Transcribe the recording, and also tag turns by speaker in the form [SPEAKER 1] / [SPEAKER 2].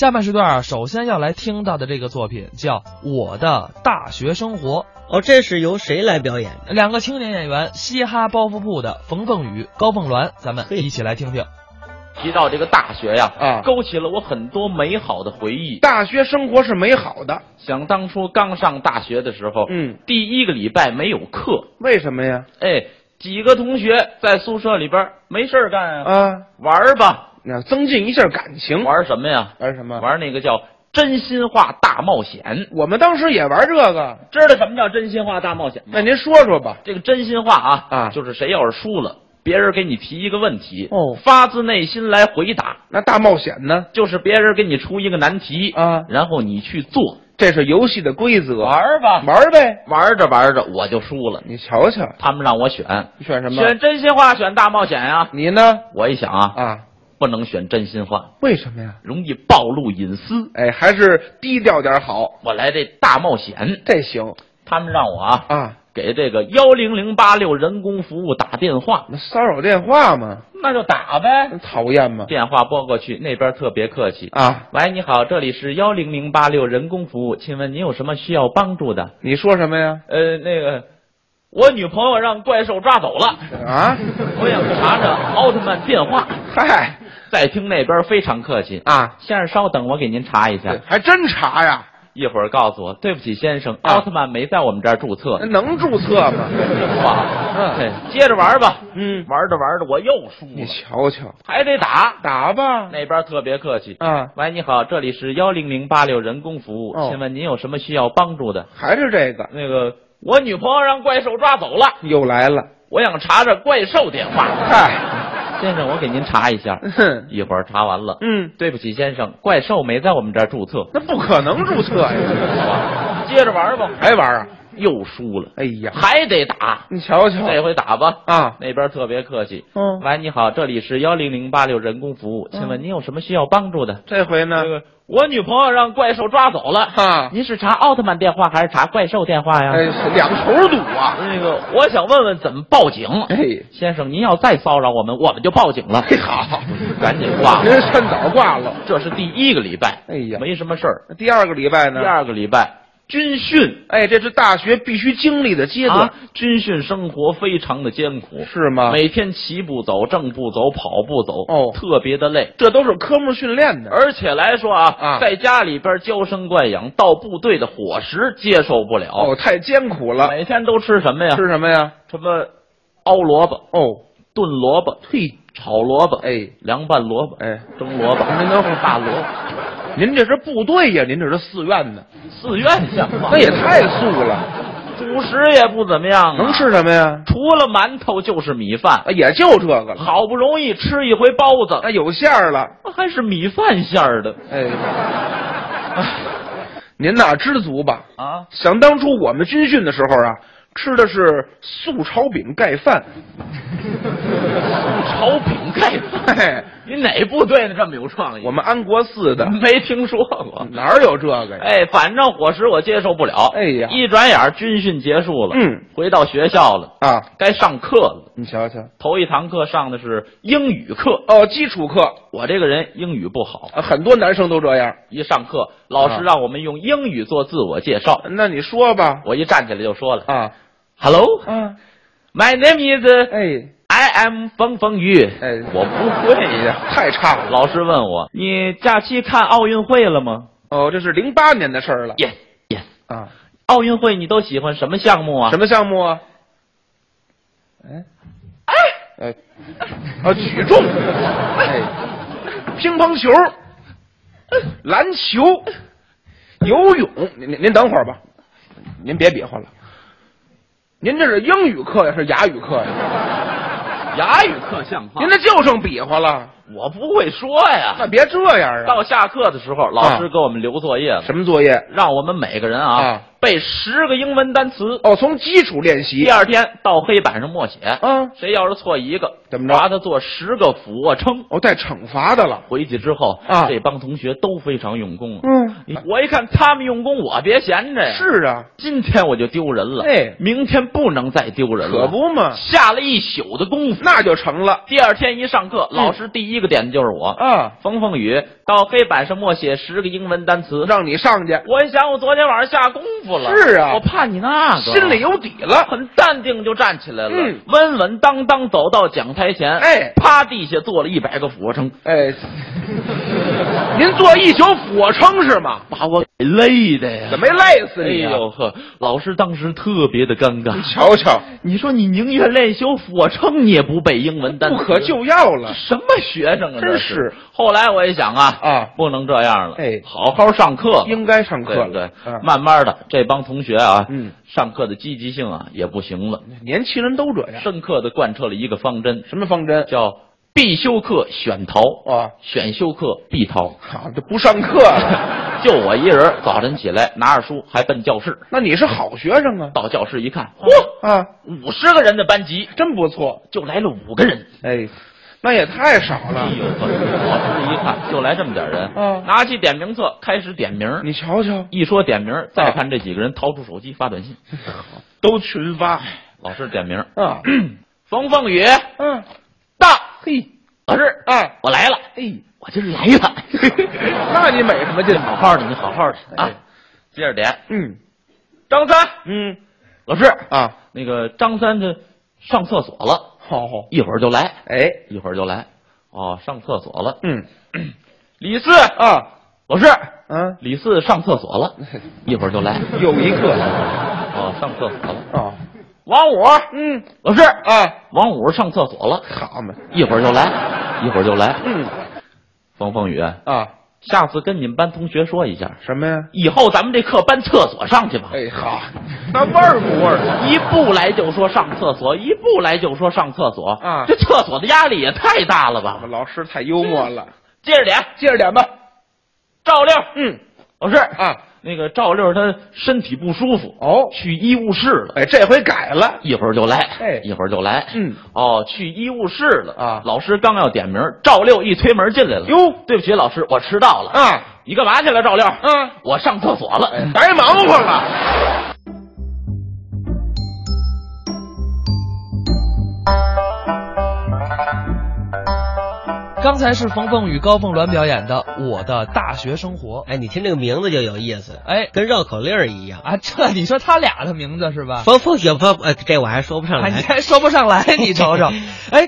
[SPEAKER 1] 下半时段啊首先要来听到的这个作品叫《我的大学生活》，
[SPEAKER 2] 哦，这是由谁来表演的？
[SPEAKER 1] 两个青年演员嘻哈包袱铺的冯凤雨、高凤鸾，咱们一起来听听。
[SPEAKER 3] 提到这个大学呀，
[SPEAKER 4] 啊
[SPEAKER 3] 勾起了我很多美好的回忆。
[SPEAKER 4] 大学生活是美好的。
[SPEAKER 3] 想当初刚上大学的时候，
[SPEAKER 4] 嗯，
[SPEAKER 3] 第一个礼拜没有课，
[SPEAKER 4] 为什么呀？
[SPEAKER 3] 哎，几个同学在宿舍里边没事儿干啊，
[SPEAKER 4] 啊，嗯
[SPEAKER 3] 玩儿吧，
[SPEAKER 4] 那增进一下感情。
[SPEAKER 3] 玩儿什么呀？
[SPEAKER 4] 玩什么？
[SPEAKER 3] 玩儿那个叫真心话大冒险。
[SPEAKER 4] 我们当时也玩这个。
[SPEAKER 3] 知道什么叫真心话大冒险吗？
[SPEAKER 4] 那您说说吧。
[SPEAKER 3] 这个真心话啊，
[SPEAKER 4] 嗯啊
[SPEAKER 3] 就是谁要是输了，别人给你提一个问题，
[SPEAKER 4] 哦
[SPEAKER 3] 发自内心来回答，
[SPEAKER 4] 那大冒险呢？
[SPEAKER 3] 就是别人给你出一个难题
[SPEAKER 4] 啊
[SPEAKER 3] 然后你去做，
[SPEAKER 4] 这是游戏的规则。
[SPEAKER 3] 玩儿吧，
[SPEAKER 4] 玩呗。
[SPEAKER 3] 玩着玩着我就输了，
[SPEAKER 4] 你瞧瞧，
[SPEAKER 3] 他们让我选，
[SPEAKER 4] 你选什么？
[SPEAKER 3] 选真心话，选大冒险啊呀、
[SPEAKER 4] 你呢？
[SPEAKER 3] 我一想啊，
[SPEAKER 4] 啊，
[SPEAKER 3] 不能选真心话，
[SPEAKER 4] 为什么呀？
[SPEAKER 3] 容易暴露隐私。
[SPEAKER 4] 哎，还是低调点好。
[SPEAKER 3] 我来这大冒险，
[SPEAKER 4] 这行
[SPEAKER 3] 他们让我啊
[SPEAKER 4] 啊，
[SPEAKER 3] 给这个幺零零八六人工服务打电话，
[SPEAKER 4] 那骚扰电话嘛，
[SPEAKER 3] 那就打呗。
[SPEAKER 4] 讨厌吗？
[SPEAKER 3] 电话拨过去，那边特别客气。
[SPEAKER 4] 啊，
[SPEAKER 3] 喂，你好，这里是幺零零八六人工服务，请问您有什么需要帮助的？
[SPEAKER 4] 你说什么呀？
[SPEAKER 3] 呃，那个，我女朋友让怪兽抓走了，
[SPEAKER 4] 啊，
[SPEAKER 3] 我想查查奥特曼电话。
[SPEAKER 4] 嗨，
[SPEAKER 3] 再听那边非常客气，
[SPEAKER 4] 啊，
[SPEAKER 3] 先生稍等，我给您查一
[SPEAKER 4] 对
[SPEAKER 3] 下，
[SPEAKER 4] 还真查呀？
[SPEAKER 3] 一会儿告诉我。对不起，先生，
[SPEAKER 4] 啊
[SPEAKER 3] 奥特曼没在我们这儿注册。
[SPEAKER 4] 能注册吗？
[SPEAKER 3] 哇，
[SPEAKER 4] 嗯
[SPEAKER 3] 对，接着玩吧。
[SPEAKER 4] 嗯，
[SPEAKER 3] 玩着玩着我又输
[SPEAKER 4] 你
[SPEAKER 3] 了，
[SPEAKER 4] 瞧瞧，
[SPEAKER 3] 还得打。
[SPEAKER 4] 打吧。
[SPEAKER 3] 那边特别客气。
[SPEAKER 4] 啊，
[SPEAKER 3] 喂，你好，这里是幺零零八六人工服务，
[SPEAKER 4] 哦
[SPEAKER 3] 请问您有什么需要帮助的？
[SPEAKER 4] 还是这个
[SPEAKER 3] 那个，我女朋友让怪兽抓走了，
[SPEAKER 4] 又来了。
[SPEAKER 3] 我想查查怪兽电话。
[SPEAKER 4] 嗨，
[SPEAKER 3] 先生，我给您查一 下，
[SPEAKER 4] 哼，
[SPEAKER 3] 一会儿查完了。
[SPEAKER 4] 嗯，
[SPEAKER 3] 对不起，先生，怪兽没在我们这儿注册。
[SPEAKER 4] 那不可能注册呀，
[SPEAKER 3] 接着玩吧。
[SPEAKER 4] 还玩啊？
[SPEAKER 3] 又输了，
[SPEAKER 4] 哎呀，
[SPEAKER 3] 还得打。
[SPEAKER 4] 你瞧瞧
[SPEAKER 3] 这回打吧，
[SPEAKER 4] 啊，
[SPEAKER 3] 那边特别客气。
[SPEAKER 4] 嗯，
[SPEAKER 3] 喂，你好，这里是幺零零八六人工服务，请问您有什么需要帮助的？
[SPEAKER 4] 这回呢
[SPEAKER 3] 这，个我女朋友让怪兽抓走了。
[SPEAKER 4] 哈，
[SPEAKER 3] 您是查奥特曼电话还是查怪兽电话呀？
[SPEAKER 4] 嗯哎，两头堵啊，
[SPEAKER 3] 那个，我想问问怎么报警。
[SPEAKER 4] 哎，
[SPEAKER 3] 先生，您要再骚扰我们，我们就报警了。
[SPEAKER 4] 嘿好，
[SPEAKER 3] 赶紧挂
[SPEAKER 4] 您
[SPEAKER 3] 了。
[SPEAKER 4] 趁早挂了。
[SPEAKER 3] 这是第一个礼拜，
[SPEAKER 4] 哎呀，嗯
[SPEAKER 3] 没什么事儿。
[SPEAKER 4] 那第二个礼拜
[SPEAKER 3] 第
[SPEAKER 4] 呢？
[SPEAKER 3] 二个礼拜军训
[SPEAKER 4] 哎，这是大学必须经历的阶段，
[SPEAKER 3] 啊，军训生活非常的艰苦，
[SPEAKER 4] 是吗？
[SPEAKER 3] 每天齐步走、正步走、跑步走，
[SPEAKER 4] 啊哦
[SPEAKER 3] 特别的累。
[SPEAKER 4] 这都是科目训练的，
[SPEAKER 3] 而且来说啊，
[SPEAKER 4] 啊
[SPEAKER 3] 在家里边娇生惯养，到部队的伙食接受不了。
[SPEAKER 4] 哦，太艰苦了。
[SPEAKER 3] 每天都吃什么呀？
[SPEAKER 4] 吃什么呀？
[SPEAKER 3] 什么熬萝卜、
[SPEAKER 4] 哦，
[SPEAKER 3] 炖萝卜、
[SPEAKER 4] 嘿，
[SPEAKER 3] 炒萝卜、
[SPEAKER 4] 哎
[SPEAKER 3] 凉拌萝卜、
[SPEAKER 4] 哎，
[SPEAKER 3] 蒸萝卜、
[SPEAKER 4] 您等会儿
[SPEAKER 3] 大萝卜。
[SPEAKER 4] 您这是部队呀？您这是寺院呢？
[SPEAKER 3] 寺院像话，
[SPEAKER 4] 那也太素了，
[SPEAKER 3] 主食也不怎么样、啊，
[SPEAKER 4] 能吃什么呀？
[SPEAKER 3] 除了馒头就是米饭
[SPEAKER 4] 啊，。也就这个了。
[SPEAKER 3] 好不容易吃一回包子，
[SPEAKER 4] 那有馅儿了，
[SPEAKER 3] 还是米饭馅儿的
[SPEAKER 4] 哎，您呐知足吧。
[SPEAKER 3] 啊！
[SPEAKER 4] 想当初我们军训的时候啊，吃的是素炒饼盖饭，
[SPEAKER 3] 炒 饼盖饭，
[SPEAKER 4] 嘿，
[SPEAKER 3] 你哪部队的这么有创意？
[SPEAKER 4] 我们安国寺的
[SPEAKER 3] 没听说过。
[SPEAKER 4] 哪儿有这个呀？
[SPEAKER 3] 哎，反正伙食我接受不了。
[SPEAKER 4] 哎呀
[SPEAKER 3] 一转眼儿军训结束了，
[SPEAKER 4] 嗯，
[SPEAKER 3] 回到学校了，
[SPEAKER 4] 啊，
[SPEAKER 3] 该上课了。
[SPEAKER 4] 你瞧瞧，
[SPEAKER 3] 头一堂课上的是英语课，
[SPEAKER 4] 哦，基础课
[SPEAKER 3] 我这个人英语不好，
[SPEAKER 4] 啊，很多男生都这样。
[SPEAKER 3] 一上课老
[SPEAKER 4] 啊
[SPEAKER 3] 师让我们用英语做自我介绍，
[SPEAKER 4] 那你说吧，
[SPEAKER 3] 我一站起来就说了
[SPEAKER 4] 啊，
[SPEAKER 3] ：“Hello,
[SPEAKER 4] 啊，
[SPEAKER 3] my name is
[SPEAKER 4] 哎
[SPEAKER 3] I am 冯冯宇。”
[SPEAKER 4] 哎
[SPEAKER 3] 我不会
[SPEAKER 4] 哎
[SPEAKER 3] 呀。
[SPEAKER 4] 呀，太差了。
[SPEAKER 3] 老师问我：“你假期看奥运会了吗
[SPEAKER 4] 哦，这是零八年的事儿了
[SPEAKER 3] ？”Yes, yes。
[SPEAKER 4] 啊。
[SPEAKER 3] 奥运会你都喜欢什么项目啊？
[SPEAKER 4] 什
[SPEAKER 3] 么？
[SPEAKER 4] 么项目啊？哎，哎，啊，举重，哎，乒乓球，篮球，游泳。您您您等会儿吧，您别比划了。您这是英语课呀，是哑语课呀？
[SPEAKER 3] 哑语课像话
[SPEAKER 4] 您这就剩比划了，
[SPEAKER 3] 我不会说呀。
[SPEAKER 4] 那别这样啊！
[SPEAKER 3] 到下课的时候，老师给我们留作业了，
[SPEAKER 4] 什么作业？
[SPEAKER 3] 让我们每个人啊
[SPEAKER 4] 啊
[SPEAKER 3] 背十个英文单词。
[SPEAKER 4] 哦，从基础练习
[SPEAKER 3] 第。二天到黑板上默写，
[SPEAKER 4] 啊，
[SPEAKER 3] 谁要是错一个，
[SPEAKER 4] 怎么着
[SPEAKER 3] 罚他做十个俯卧撑。
[SPEAKER 4] 哦，带惩罚的了。
[SPEAKER 3] 回去之后，
[SPEAKER 4] 啊
[SPEAKER 3] 这帮同学都非常用功啊。
[SPEAKER 4] 嗯，
[SPEAKER 3] 我一看他们用功，我别闲着呀。
[SPEAKER 4] 是啊，
[SPEAKER 3] 今天我就丢人了，
[SPEAKER 4] 哎
[SPEAKER 3] 明天不能再丢人了，
[SPEAKER 4] 可不嘛，
[SPEAKER 3] 下了一宿的功夫。
[SPEAKER 4] 那就成了。
[SPEAKER 3] 第二天一上课，老师第一一个点的就是我。
[SPEAKER 4] 嗯啊，
[SPEAKER 3] 冯凤雨到黑板上默写十个英文单词，
[SPEAKER 4] 让你上去，
[SPEAKER 3] 我一想，我昨天晚上下功夫了。
[SPEAKER 4] 是啊
[SPEAKER 3] 我怕你那个，
[SPEAKER 4] 心里有底了。
[SPEAKER 3] 很淡定就站起来了，
[SPEAKER 4] 嗯
[SPEAKER 3] 稳稳当当走到讲台前，
[SPEAKER 4] 哎
[SPEAKER 3] 趴地下做了一百个俯卧撑，
[SPEAKER 4] 哎，您做一宿俯卧撑是吗？
[SPEAKER 3] 把我给累的呀！
[SPEAKER 4] 怎么没累死
[SPEAKER 3] 哎
[SPEAKER 4] 你呀、哎
[SPEAKER 3] 呦呵，老师当时特别的尴尬。
[SPEAKER 4] 瞧瞧，
[SPEAKER 3] 你说你宁愿练修俯卧撑，你也不背英文单词，
[SPEAKER 4] 不可救药 了。
[SPEAKER 3] 什么学生啊！
[SPEAKER 4] 真
[SPEAKER 3] 这
[SPEAKER 4] 是。
[SPEAKER 3] 后来我一想啊，
[SPEAKER 4] 啊
[SPEAKER 3] 不能这样了，
[SPEAKER 4] 哎
[SPEAKER 3] 好好上课，
[SPEAKER 4] 应该上课
[SPEAKER 3] 对
[SPEAKER 4] 了
[SPEAKER 3] 不对？
[SPEAKER 4] 嗯
[SPEAKER 3] 慢慢的，这帮同学啊，
[SPEAKER 4] 嗯，
[SPEAKER 3] 上课的积极性啊也不行了，
[SPEAKER 4] 年轻人都这样。
[SPEAKER 3] 深刻的贯彻了一个方针，
[SPEAKER 4] 什么方针？
[SPEAKER 3] 叫必修课选逃，
[SPEAKER 4] 啊，
[SPEAKER 3] 选修课必逃。
[SPEAKER 4] 好，这不上课了。
[SPEAKER 3] 就我一人，早晨起来拿着书还奔教室，
[SPEAKER 4] 那你是好学生啊
[SPEAKER 3] 到教室一看，嚯，
[SPEAKER 4] 啊，
[SPEAKER 3] 五十个人的班级
[SPEAKER 4] 真不错。
[SPEAKER 3] 就来了五个人。
[SPEAKER 4] 哎，那也太少了
[SPEAKER 3] 哎。呦，呵老师一看就来这么点人，
[SPEAKER 4] 啊
[SPEAKER 3] 拿起点名册开始点名。
[SPEAKER 4] 你瞧瞧，
[SPEAKER 3] 一说点名，再看这几个人掏出手机发短信。
[SPEAKER 4] 都群发
[SPEAKER 3] 老师点名，
[SPEAKER 4] 啊，
[SPEAKER 3] 冯凤雨
[SPEAKER 4] 嗯，
[SPEAKER 3] 到，
[SPEAKER 4] 嘿，
[SPEAKER 3] 老师，
[SPEAKER 4] 啊，
[SPEAKER 3] 我来了，
[SPEAKER 4] 哎，
[SPEAKER 3] 我今儿来 了。
[SPEAKER 4] 那你美什么劲
[SPEAKER 3] 你？好好的，你好好的啊
[SPEAKER 4] 哎。
[SPEAKER 3] 接着点，
[SPEAKER 4] 嗯
[SPEAKER 3] 张三
[SPEAKER 4] 嗯
[SPEAKER 3] 老师，
[SPEAKER 4] 啊，
[SPEAKER 3] 那个张三他上厕所了，
[SPEAKER 4] 好好，
[SPEAKER 3] 一会儿就来，
[SPEAKER 4] 哎，
[SPEAKER 3] 一会儿就来。哦，上厕所了。
[SPEAKER 4] 嗯
[SPEAKER 3] 李四
[SPEAKER 4] 啊，
[SPEAKER 3] 老师，
[SPEAKER 4] 嗯，
[SPEAKER 3] 李四上厕所了，一会儿就来。
[SPEAKER 4] 有一课
[SPEAKER 3] 哦，上厕所了。
[SPEAKER 4] 啊，
[SPEAKER 3] 王五
[SPEAKER 4] 嗯
[SPEAKER 3] 老师，
[SPEAKER 4] 啊，
[SPEAKER 3] 王五上厕所了，
[SPEAKER 4] 好嘛，
[SPEAKER 3] 一会儿就来，一会儿就来。
[SPEAKER 4] 嗯
[SPEAKER 3] 冯凤雨，
[SPEAKER 4] 啊，
[SPEAKER 3] 下次跟你们班同学说一下，
[SPEAKER 4] 什么呀？
[SPEAKER 3] 以后咱们这课搬厕所上去吧。
[SPEAKER 4] 哎，好，那味儿不味儿？
[SPEAKER 3] 一步来就说上厕所，一步来就说上厕所
[SPEAKER 4] 啊嗯
[SPEAKER 3] 这厕所的压力也太大了
[SPEAKER 4] 我
[SPEAKER 3] 吧
[SPEAKER 4] 们！老师太幽默了，
[SPEAKER 3] 接着点，
[SPEAKER 4] 嗯接着点吧。
[SPEAKER 3] 赵六
[SPEAKER 4] 嗯
[SPEAKER 3] 老师，
[SPEAKER 4] 啊，
[SPEAKER 3] 那个赵六他身体不舒服，
[SPEAKER 4] 哦，
[SPEAKER 3] 去医务室了，
[SPEAKER 4] 哎，这回改了，
[SPEAKER 3] 一会儿就来，
[SPEAKER 4] 哎
[SPEAKER 3] 一会儿就来。
[SPEAKER 4] 嗯，
[SPEAKER 3] 哦，去医务室了
[SPEAKER 4] 啊
[SPEAKER 3] 老师刚要点名，赵六一推门进来了。
[SPEAKER 4] 哟，
[SPEAKER 3] 对不起，老师，我迟到了。
[SPEAKER 4] 啊，
[SPEAKER 3] 你干嘛去了，赵六？
[SPEAKER 4] 嗯，
[SPEAKER 1] 啊
[SPEAKER 3] 我上厕所了。
[SPEAKER 4] 哎白忙活了。
[SPEAKER 1] 刚才是冯凤雨、高凤鸾表演的《我的大学生活》。
[SPEAKER 2] 哎，你听这个名字就有意思，
[SPEAKER 1] 哎，
[SPEAKER 2] 跟绕口令儿一样。
[SPEAKER 1] 啊，这你说他俩的名字是吧？
[SPEAKER 2] 冯凤雪，冯，呃，这我还说不上
[SPEAKER 1] 啊，你
[SPEAKER 2] 来。
[SPEAKER 1] 还说不上来，你瞅瞅。哎，